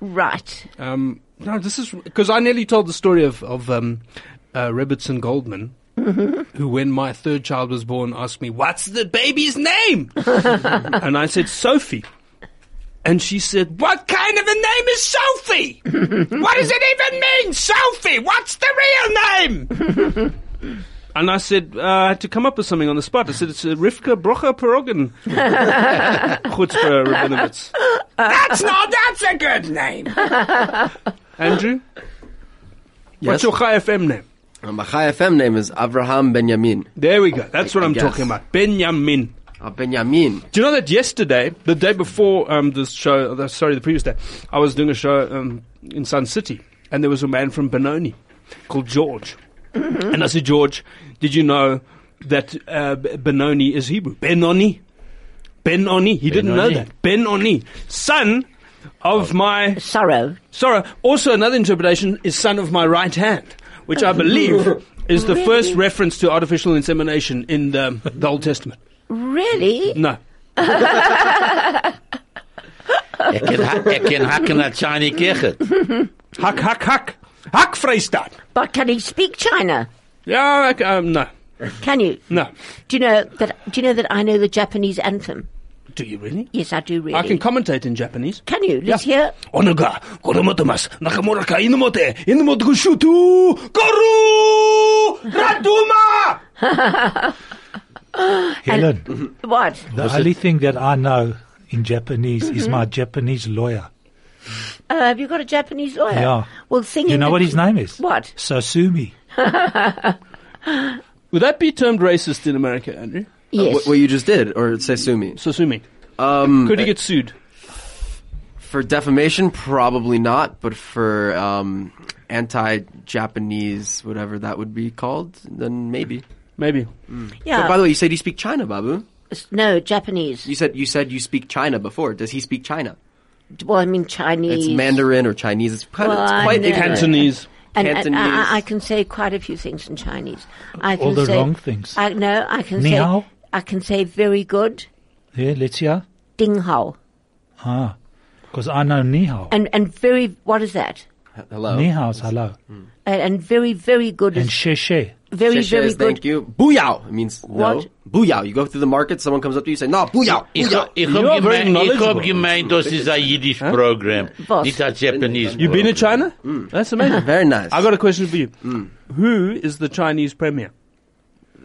right? Um, no, this is because I nearly told the story of of um, uh, Robertson Goldman, who, when my third child was born, asked me, "What's the baby's name?" and I said, "Sophie." And she said, "What kind of a name is Sophie? what does it even mean, Sophie? What's the real name?" And I said, uh, I had to come up with something on the spot. I said, it's uh, Rivka Brocha Perogan. Chutzpah Rabinowitz. That's not, that's a good name. Andrew? What's your Chai FM name? Uh, My Chai FM name is Avraham Benjamin. There we go. That's what I'm Yes. talking about. Benjamin. Uh, Benjamin. Do you know that yesterday, the day before um, this show, the, sorry, the previous day, I was doing a show um, in Sun City, and there was a man from Benoni called George. And I said, George, did you know that uh, B- Benoni is Hebrew? Benoni. Benoni. He didn't know Benoni. that. Benoni. Son of my Sorrow. Sorry, also another interpretation is son of my right hand, which I believe is the first reference to artificial insemination in the, the Old Testament. Really? No. Er kann, ha- er kann hacken a shiny kichet. Huck, huck, huck. Huck, Freestad. But can he speak China? Yeah, okay, um, no. Can you? No. Do you know that? Do you know that I know the Japanese anthem? Do you really? Yes, I do. Really. I can commentate in Japanese. Can you? Let's hear. Onaga, koromotomas, nakamura ka inumote, inumote gushutu, koru, raduma! Helen, Mm-hmm. What? the only thing that I know in Japanese Mm-hmm. is my Japanese lawyer. Uh, have you got a Japanese lawyer? Yeah. Well, sing. You him know the- what his name is? What? Uh, Sosumi. Would that be termed racist in America, Andrew? Yes. What, what you just did, or Sesumi. So sue me. Um, Could he get sued? for defamation, probably not, but for um, anti-Japanese, whatever that would be called, then maybe. Maybe. yeah. But by the way, you said you speak China, Babu. no, Japanese. You said you said you speak China before. Does he speak China? well, I mean Chinese. It's Mandarin or Chinese. It's quite, Well, it's I quite know. Cantonese. And, and Cantonese. I, I can say quite a few things in Chinese. I can All the say, wrong things. I no. I can Ni say. hao? I can say very good. Yeah, let's hear. Ding hao. Ah, because I know Nihao. And and very. What is that? Hello. Nihao's hello. And, and very very good And is she she. very Sheshe very is good. thank you. Booyah It means What? no. Booyah. You go through the market, someone comes up to you, you say, no, booyah. Ich, booyah. ich You are hab very gemeint, ich knowledgeable. hab gemeint, das ist ein Yiddish Programm. Was? Nicht ein Japanese You been Programm. to China? That's amazing. Very nice. I got a question for you. Who is the Chinese premier?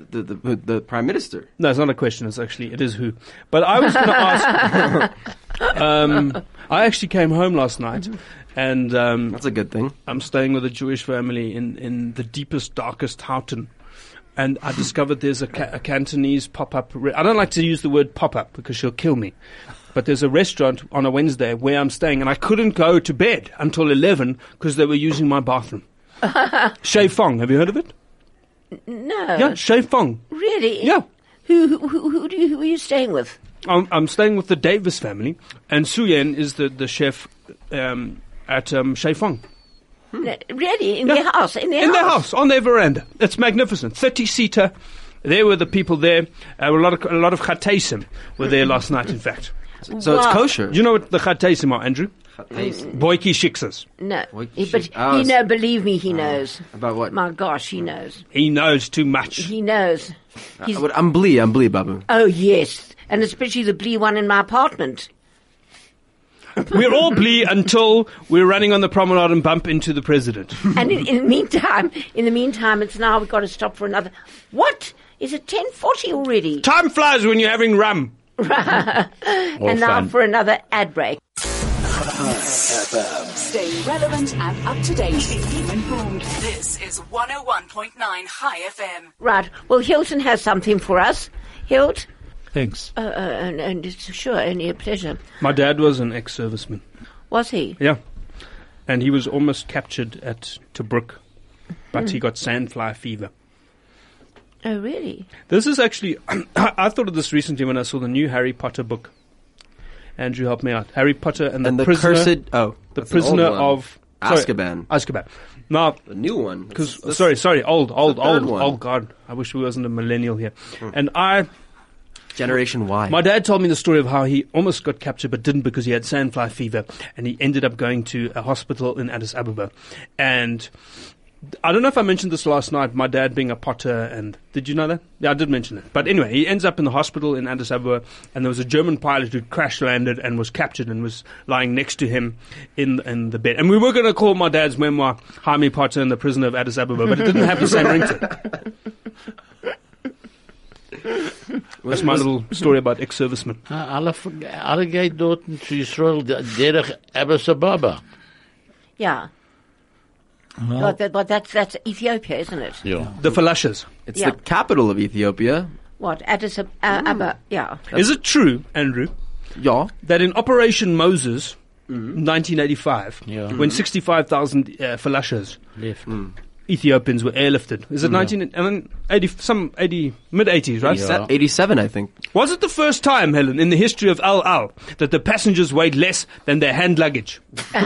the, the, the, the prime minister. No, it's not a question. It's actually it is who. But I was going to ask. um, I actually came home last night, and um, That's a good thing. I'm staying with a Jewish family in, in the deepest, darkest Houghton. And I discovered there's a, ca- a Cantonese pop up. Re- I don't like to use the word pop up because she'll kill me. But there's a restaurant on a Wednesday where I'm staying, and I couldn't go to bed until 11 because they were using my bathroom. Shay Fong, have you heard of it? No. Yeah, Shay Fong. Really? Yeah. Who who who, who, do you, who are you staying with? I'm, I'm staying with the Davis family, and Suyen is the the chef um, at um, Sheifeng. Hmm. No, Really, in their house, in their in house. their house on their veranda. It's magnificent. Thirty seater. There were the people there. Uh, a lot of a lot of chatesim were there last night. In fact, So it's Wow. kosher. you know what the chatesim are, Andrew? Chatesim. Boiki shiksas. No, What he- she- but Oh, he it's- know. Believe me, he knows. About what? My gosh, he knows. He knows too much. He knows. He's, Uh, What I'm blee, I'm blee, babu. oh yes, and especially the blue one in my apartment. We're all blee until we're running on the promenade and bump into the president. and in, in the meantime, in the meantime, it's now we've got to stop for another. What is it? Ten forty already? Time flies when you're having rum. and now fun. for another ad break. Stay relevant and up to date. Keep informed. This is 101.9 High FM. Right. Well, Hilton has something for us. Hilt, Thanks. uh, uh, and, and it's sure only a pleasure. My dad was an ex-serviceman. Was he? Yeah, and he was almost captured at Tobruk, but he got sandfly fever. Oh, really? This is actually, I I thought of this recently when I saw the new Harry Potter book. Andrew, help me out. Harry Potter and the, And the prisoner, cursed. Oh, the that's an old prisoner one. of sorry, Azkaban. Azkaban. Now, The new one. because This- this- sorry, sorry, old, old, third old. one. Hmm. Oh God, I wish we wasn't a millennial here. And I, Generation Y. my dad told me the story of how he almost got captured but didn't because he had sandfly fever, and he ended up going to a hospital in Addis Ababa. And I don't know if I mentioned this last night. My dad being a potter, and did you know that? Yeah, I did mention it. But anyway, he ends up in the hospital in Addis Ababa, and there was a German pilot who crash landed and was captured and was lying next to him in in the bed. And we were going to call my dad's memoir "Jaime Potter and the Prisoner of Addis Ababa," but it didn't have the same ring to it. That's my little story about ex-servicemen. Ah, Alle, verge- alle geht dort zu Israel, de- derich Abbas Ababa. Yeah. Well, that, well, that's that's Ethiopia, isn't it? Ja. The falashas. It's Yeah. the capital of Ethiopia. What Addis Ab- uh, Abba? Yeah. Is it true, Andrew, Yeah. that in Operation Moses, 1985, Yeah. when 65,000 uh, falashas, Ethiopians, were airlifted? Is it 1980, some 80, mid 80s, right? Yeah. That 87, I think. Was it the first time, Helen, in the history of Al Al, that the passengers weighed less than their hand luggage? Het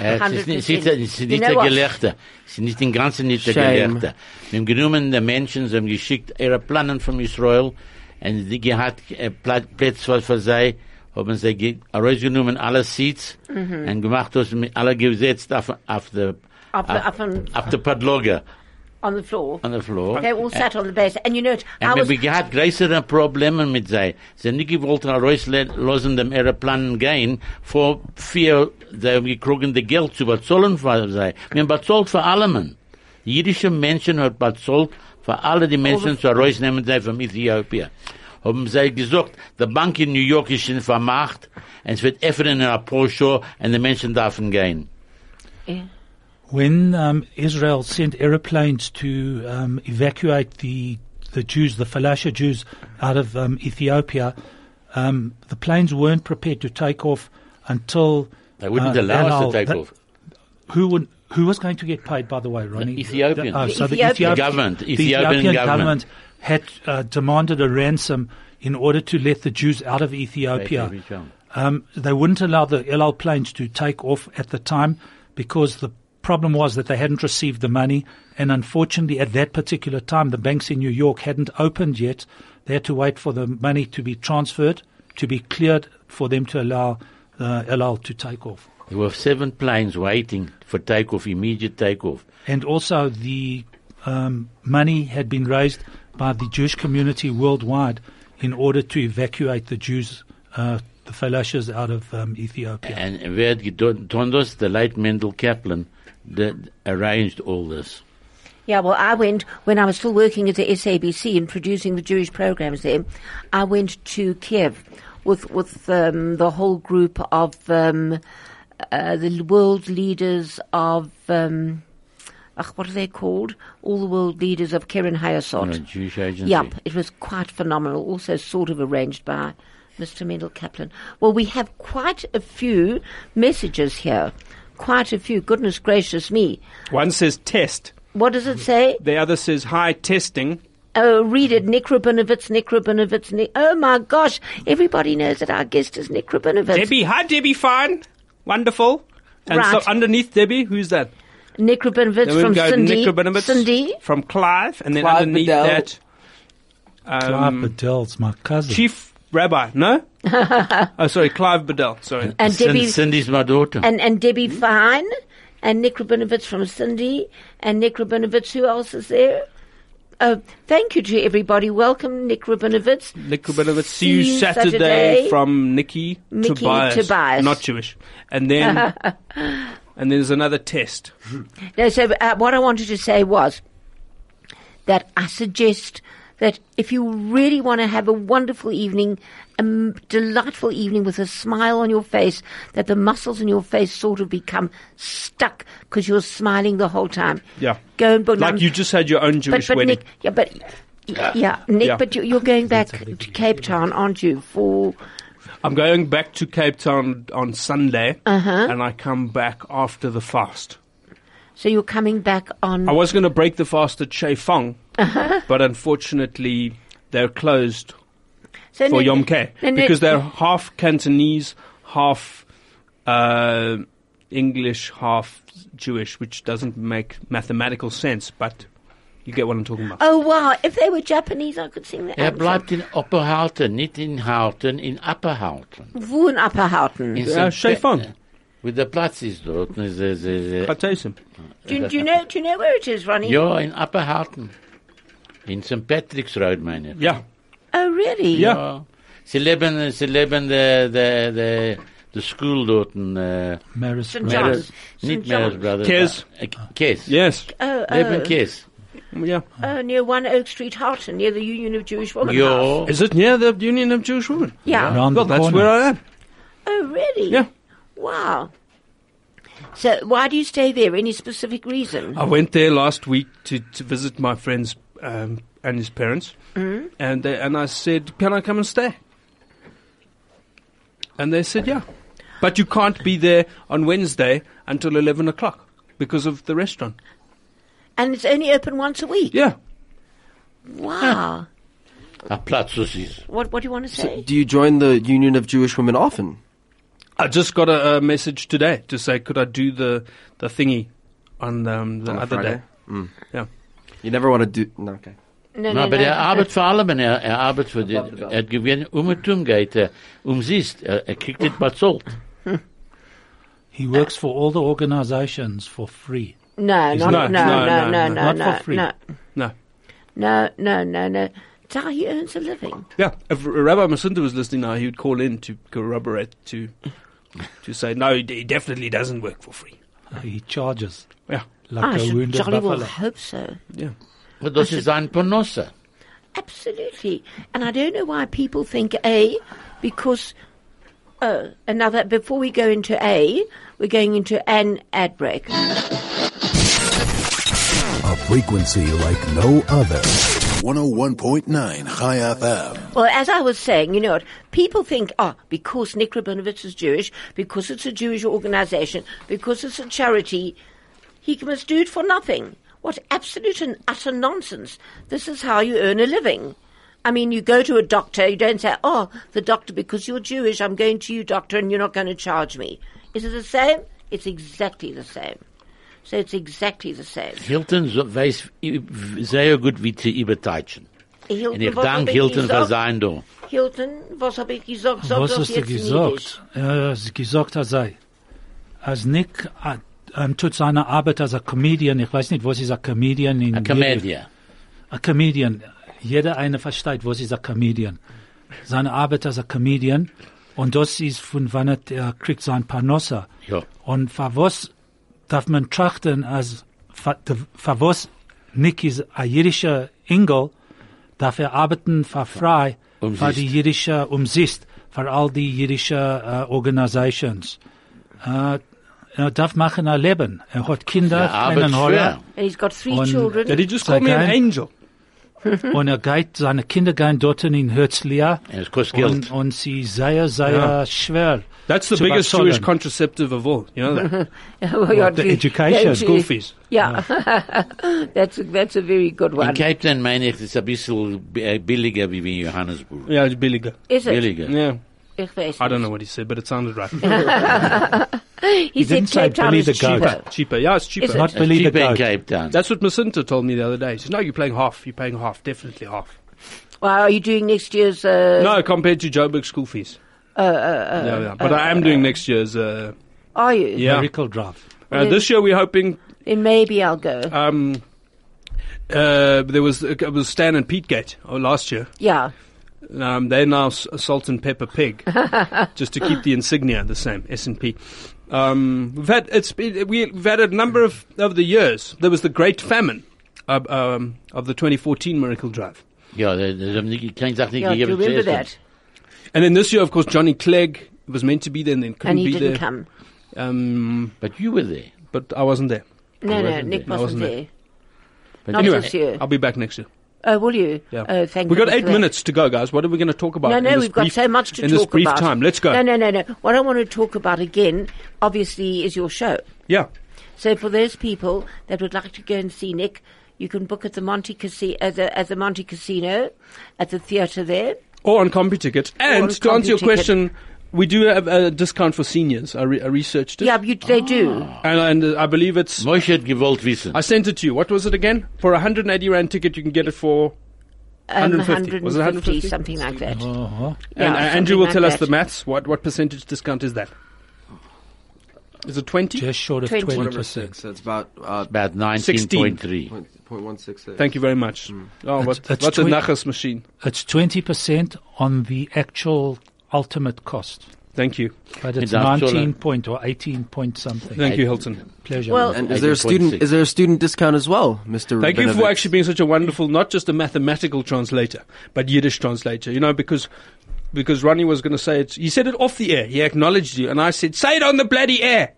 is 100%. niet, ziet, het is You niet know de what? Gelechte. Het is niet in ganzen niet de Shame. Gelechte. We hebben genomen de mensen, ze hebben geschikt Aeroplanen van Israël. En die gehad eh, pla- plaats was voor zij. Hebben ze ge- rausgenomen alle seats. En gemacht dat ze met alle gesetzt auf, Mhm. auf de... Up, the, up on, Auf de padlogger. on the floor. On the floor. They all sat on the base, and you know, it, I En was we gehad größere Probleme mit sei. Sie nicht gewollt rauslassen dem Aeroplan gehen, vor vier, sie gekriegen das Geld zu bezahlen für sei. Wir haben bezahlt für allem. Jüdische Menschen hat bezahlt für alle die Menschen zu rausnehmen sei von Ethiopien. Haben sie gesagt, die Bank in New York ist in Vermacht, es wird öffnen in ein paar Show und die Menschen dürfen gehen. When um, Israel sent aeroplanes to um, evacuate the the Jews, the Falasha Jews, out of um, Ethiopia, um, the planes weren't prepared to take off until They wouldn't Ah, uh, allow us Al- to take that- off. Who would? Who was going to get paid, by the way, Ronnie? Ethiopian. The- oh, so the The Ethiopian Ethiopian government. the Ethiopian Ethiopian government. government had uh, demanded a ransom in order to let the Jews out of Ethiopia. Right, there we go. Um, they wouldn't allow the LL planes to take off at the time because the problem was that they hadn't received the money. And unfortunately, at that particular time, the banks in New York hadn't opened yet. They had to wait for the money to be transferred, to be cleared for them to allow the LL to take off. There were seven planes waiting for takeoff, immediate takeoff. And also, the um, money had been raised by the Jewish community worldwide in order to evacuate the Jews, uh, the falashas, out of um, Ethiopia. And we had Tondos, the late Mendel Kaplan, that arranged all this. Yeah, well, I went when I was still working at the SABC and producing the Jewish programs there. I went to Kiev with with um, the whole group of um, uh, the world leaders of um, ach, what are they called? All the world leaders of Keren Hayasot. The Jewish agency. Yep, it was quite phenomenal. Also, sort of arranged by Mr. Mendel Kaplan. Well, we have quite a few messages here. Quite a few. Goodness gracious me. One says test, What does it say? the other says hi testing. Oh, read it. Nick Rabinovitz, Nick Rabinovitz, Nick. Oh my gosh. Everybody knows that our guest is Nick Rabinovitz. Debbie, hi Debbie, fine, wonderful. And Right. so underneath Debbie, who's that? Nick Rabinovitz Then from we've got Cindy. Nick Rabinovitz Cindy. from Clive, and then Clive underneath Bedell. that, Clive um, Bedell's my cousin. Chief Rabbi. No, oh sorry, Clive Bedell. Sorry, And Debbie, Cin- Cindy's my daughter. and, and Debbie Mm-hmm. Fine. And Nick Rabinovitz from Cindy. And Nick Rabinovitz, who else is there? Oh, thank you to everybody. Welcome, Nick Rabinovitz. Nick Rabinovitz. See you Saturday, from Nikki, Nikki Tobias, Tobias. not Jewish, and then and there's another test. No, so uh, what I wanted to say was that I suggest that if you really want to have a wonderful evening, a m- delightful evening with a smile on your face, that the muscles in your face sort of become stuck because you're smiling the whole time. Yeah. Go and book Like you just had your own but, Jewish but wedding. Nick, yeah, but y- yeah, Nick, Yeah. but you, you're going back to Cape Town, aren't you? For I'm going back to Cape Town on Sunday, Uh-huh. and I come back after the fast. so you're coming back on. I was going to break the fast at Che Fong, Uh-huh. but unfortunately they're closed so for Nick- Yom K no, no, because they're half Cantonese, half uh, English, half Jewish, which doesn't make mathematical sense, but you get what I'm talking about. Oh wow! If they were Japanese, I could sing that. Er bleibt in Opperhalten, nicht in Houten, in Upperhalten. Woon Upperhouten. In Yeah, St. Che Fong. Pe- With the Platz ist dort. ne, se- se- se- Patesim. Do, do you know? Do you know where it is, Ronnie? Ja, in Upperhalten. In St. Patrick's Road, meine ich. Yeah. Oh, really? Yeah. Ja. Sie leben, sie leben der, der, der, der School dort. Uh, Maris St. Brothers. John's. Maris, St. nicht John's. Maris Brothers. Kes. äh, Kes. Yes. Oh, Leben oh, Kes. Yeah. oh, near One Oak Street, Houghton, near the Union of Jewish Women. House. Ja. Is it near the Union of Jewish Women? Yeah. Round Well, the that's corner. where I am. Oh, really? Yeah. Wow. So, why do you stay there? Any specific reason? I went there last week to, to visit my friends um, and his parents, and they, and I said, "Can I come and stay?" And they said, "Yeah, but you can't be there on Wednesday until eleven o'clock because of the restaurant." And it's only open once a week. Yeah, Wow. A Platz, das ist. What What do you want to say? Do you join the Union of Jewish Women often? I just got a, a message today to say, "Could I do the the thingy on um, the On a other Friday? Mm. day?" Yeah. You never want to do. No, okay. no, Na, aber er arbeitet vor allem, und er, er arbeitet für die, er hat gewinnt, um und um geht er, um siehst, er, er kriegt nicht bezahlt. He works for all the organizations for free. No, not, no, not- no, no, no, no, not no, for free. no, No. no, no, no, no. It's how he earns a living. Yeah, if Rabbi Masinda was listening now, he would call in to corroborate to to say no, he d- he definitely doesn't work for free. Uh, He charges Yeah, like I a should wounded Ah, jolly well buffalo. hope so. yeah. Und das ist sein Pornosse. Absolutely. And I don't know why people think A, because oh, another, before we go into A, we're going into an ad break. A frequency like no other. 101.9 High FM. Well, as I was saying, you know what? People think, oh, because Nick Rabinovitz is Jewish, because it's a Jewish organization, because it's a charity, he must do it for nothing. What absolute and utter nonsense. This is how you earn a living. I mean, you go to a doctor, you don't say, oh, the doctor, because you're Jewish, I'm going to you, doctor, and you're not going to charge me. Is it the same? It's exactly the same. So it's exactly the same. Hilton so- weiß i- sehr gut, wie zu überteilen. Hilton, Und ich was hab danke ich Hilton für gesagt? sein da. Hilton, was habe ich gesagt? Sag Was das hast du jetzt in Jiddisch. gesagt? Er hat gesagt, er sei. Als Nick äh, ähm, tut seine Arbeit als ein Comedian, ich weiß nicht, was ist ein Comedian in A Comedian. Ein Comedian. Jeder eine versteht, was ist ein Comedian. Seine Arbeit als ein Comedian. Und das ist, von wann er- er kriegt sein Panossa. Ja. Und für was darf man trachten, als für, für was Nick ist ein jüdischer Engel, darf er arbeiten für frei, für Umsicht. die jüdische Umsicht, für all die jüdische äh, Organisations. Äh, er darf machen ein Leben. Er hat Kinder, Er arbeitet kleinen Heuer. schwer. And he's got three On- children. Did he just call me an Again? angel? und er geht, seine Kinder gehen dort in Herzliya. es kostet Geld. Und, und sie sehr, sehr Ja. schwer. That's the zu biggest bezahlen. Jewish contraceptive of all. You know that? Well, you're the due- education, they're school due- fees. Yeah, Ah. that's a, that's a very good In one. Cape Town, meine ich, ist ein bisschen äh, billiger wie in Johannesburg. yeah, it's billiger. Is it? Billiger. Yeah. Ich weiß I don't nicht. know what he said, but it sounded right. He said didn't say Cape Town Billy is the Goat. cheaper. cheaper. Yeah, it's cheaper. Is it? Not It's believe the cheaper in goat. Cape Town. That's what Macinta told me the other day. She said, no, you're playing half. You're paying half. Definitely half. Well, are you doing next year's? Uh, No, compared to Joburg school fees. Uh, uh, uh, yeah, yeah. But I am doing next year's. Uh, Are you? yeah. Miracle Drive. Uh, this year we're hoping Then maybe I'll go. um, uh, there was it was Stan and Pete Gate oh, last year. yeah. Um, they're now s- salt and pepper pig, just to keep the insignia the same. S and P. Um, we've had it's been- we've had a number of of the years. There was the Great Famine uh, um, of the 2014 Miracle Drive, Ja, die- die haben nicht- keine Sache nicht Yeah, do you gegeben zu remember essen. that? and then this year, of course, Johnny Clegg was meant to be there and then And couldn't he be didn't there. come. Um, But you were there. but I wasn't there. No, no, wasn't Nick there. I wasn't wasn't there. But Not anyway, this year. I'll be back next year. Oh, will you? Yeah. Oh, thank We've got goodness eight for that. minutes to go, guys. What are we going to talk about? No, in no, this we've got brief- so much to in talk this brief about. time. Let's go. No, no, no, no. What I want to talk about again, obviously, is your show. Yeah. So for those people that would like to go and see Nick, you can book at the Monte Casino, at the, at the Monte Casino, at the theatre there. Or on CompuTicket. And on to answer your CompuTicket. question, we do have a discount for seniors. I, re- I researched it. Yeah, you, they do. And, and uh, I believe it's. Moshe hat gewollt wissen. I sent it to you. What was it again? For a 180 Rand ticket, you can get it for. Um, 150. Was it 150? something like that. Yeah, And uh, something Andrew will like tell us that. the maths. What, what percentage discount is that? Is it 20? Just short of 20. 20%. Whatever six. So it's about uh, About 19.3. 16.3. point, point one six six. Thank you very much. Oh, what, That's- that's what's a twen- Nachas machine? It's 20% on the actual ultimate cost. Thank you. But it's It's our solar. 19 point or 18 point something. uh, Thank you, Hilton. Pleasure. Well, And is there a 18.6. student? Is there a student discount as well, Mister? Thank you for actually being such a wonderful, not just a mathematical translator, but Yiddish translator. You know, because because Ronnie was going to say it. He said it off the air. He acknowledged you, and I said, "Say it on the bloody air."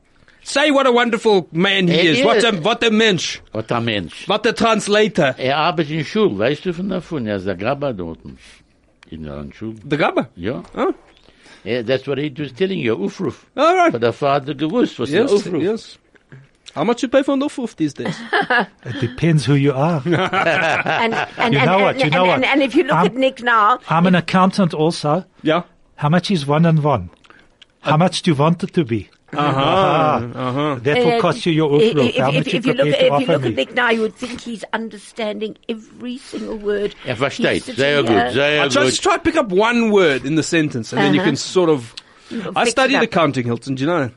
Say what a wonderful man he It is. is. What a what a mensch. What a Mensch. What a translator. Er arbeitet in Schul, weißt du von davon? Er ist der Gabba dort. In der Schule. The Gabba. Ja. Oh, Yeah, that's what he was telling you, Ufruf. all But right. der Vater gewusst, was Yes, der Ufruf. yes. How much you pay for an off these days? it depends who you are. and, uh, and, You and, know and, what, you and, know and, what. and if you look I'm- at Nick now, I'm an accountant also. yeah. How much is one and one? How much do you want it to be? Uh huh. Uh huh. That will Uh, cost you your i- i- Ufruf. How If, much if, you if you look, prepared to if you offer look at me? Nick now, you would think he's understanding every single word. Er He's versteht. sitting Sehr here. gut, sehr I just gut. try to pick up one word in the sentence, and then you can sort of. I Uh-huh. Fix it studied up. accounting, Hilton. Do you know?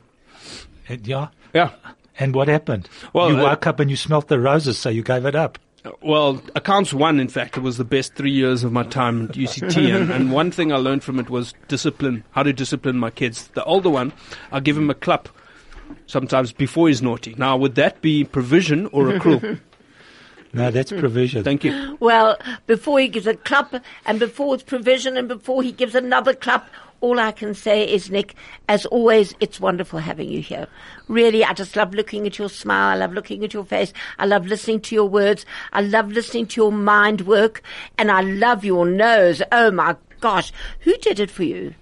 And yeah. Yeah. And what happened? Well, you uh, woke up and you smelt the roses, so you gave it up. Well, accounts one, in fact, it was the best three years of my time at UCT, and, and one thing I learned from it was discipline. How to discipline my kids. The older one, I give him a clap sometimes before he's naughty. Now, would that be provision or accrual? No, that's provision. Hmm. Thank you. Well, before he gives a club, and before it's provision, and before he gives another club, all I can say is, Nick, as always, it's wonderful having you here. Really, I just love looking at your smile. I love looking at your face. I love listening to your words. I love listening to your mind work. And I love your nose. Oh my gosh. Who did it for you?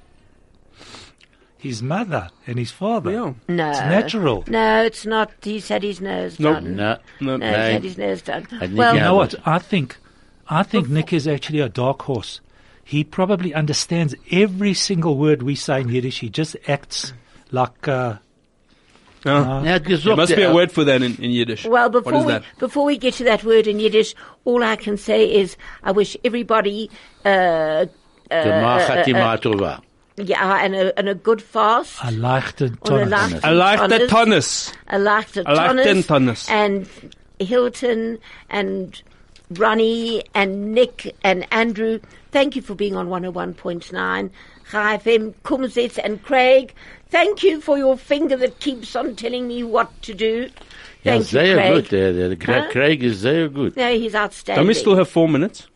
His mother and his father. Yeah. No. It's natural. No, it's not. He's had his nose Nope. done. No, No, he's had nein. his nose done. think Well, he You Yeah, know what? but- I think, I Oh. think Nick is actually a dark horse. He probably understands every single word we say in Yiddish. He just acts like uh, Uh, Er hat there gesagt, must be er- a word for that in, in Yiddish. Well, what before is we, that? before we get to that word in Yiddish, all I can say is I wish everybody uh, Gemach eh, hat die Matova. um, yeah, uh, and, a, and a good fast. a leichten or a Thomas. lacht- I like the tonus. A leichter A leichten Tonnes. And Hilton and Ronnie and Nick and Andrew. Thank you for being on 101.9. Hi FM, Kumsitz and Craig. Thank you for your finger that keeps on telling me what to do. Ja, Thank you, sehr Craig. gut. Der, der Cra- Huh? Craig ist sehr gut. No, he's outstanding. Don't we still have four minutes?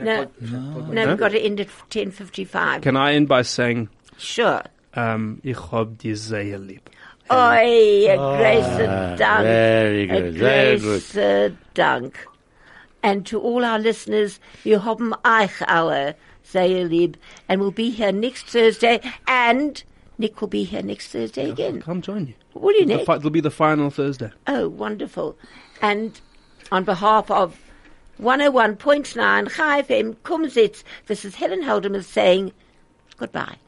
No, no, we've got to end at ten fifty-five. Can I end by saying, Sure. um, Ich hab die sehr lieb. Oi, a grace and Very dunk. Ah, good, A very good. grace and dunk. And to all our listeners, you haben eich our sehr lieb. And we'll be here next Thursday. And Nick will be here next Thursday again. Come join you. Will you, The Nick? fi- it'll be the final Thursday. Oh, wonderful. And on behalf of 101.9 Chai FM Kumsitz, this is Helen Holderman saying goodbye.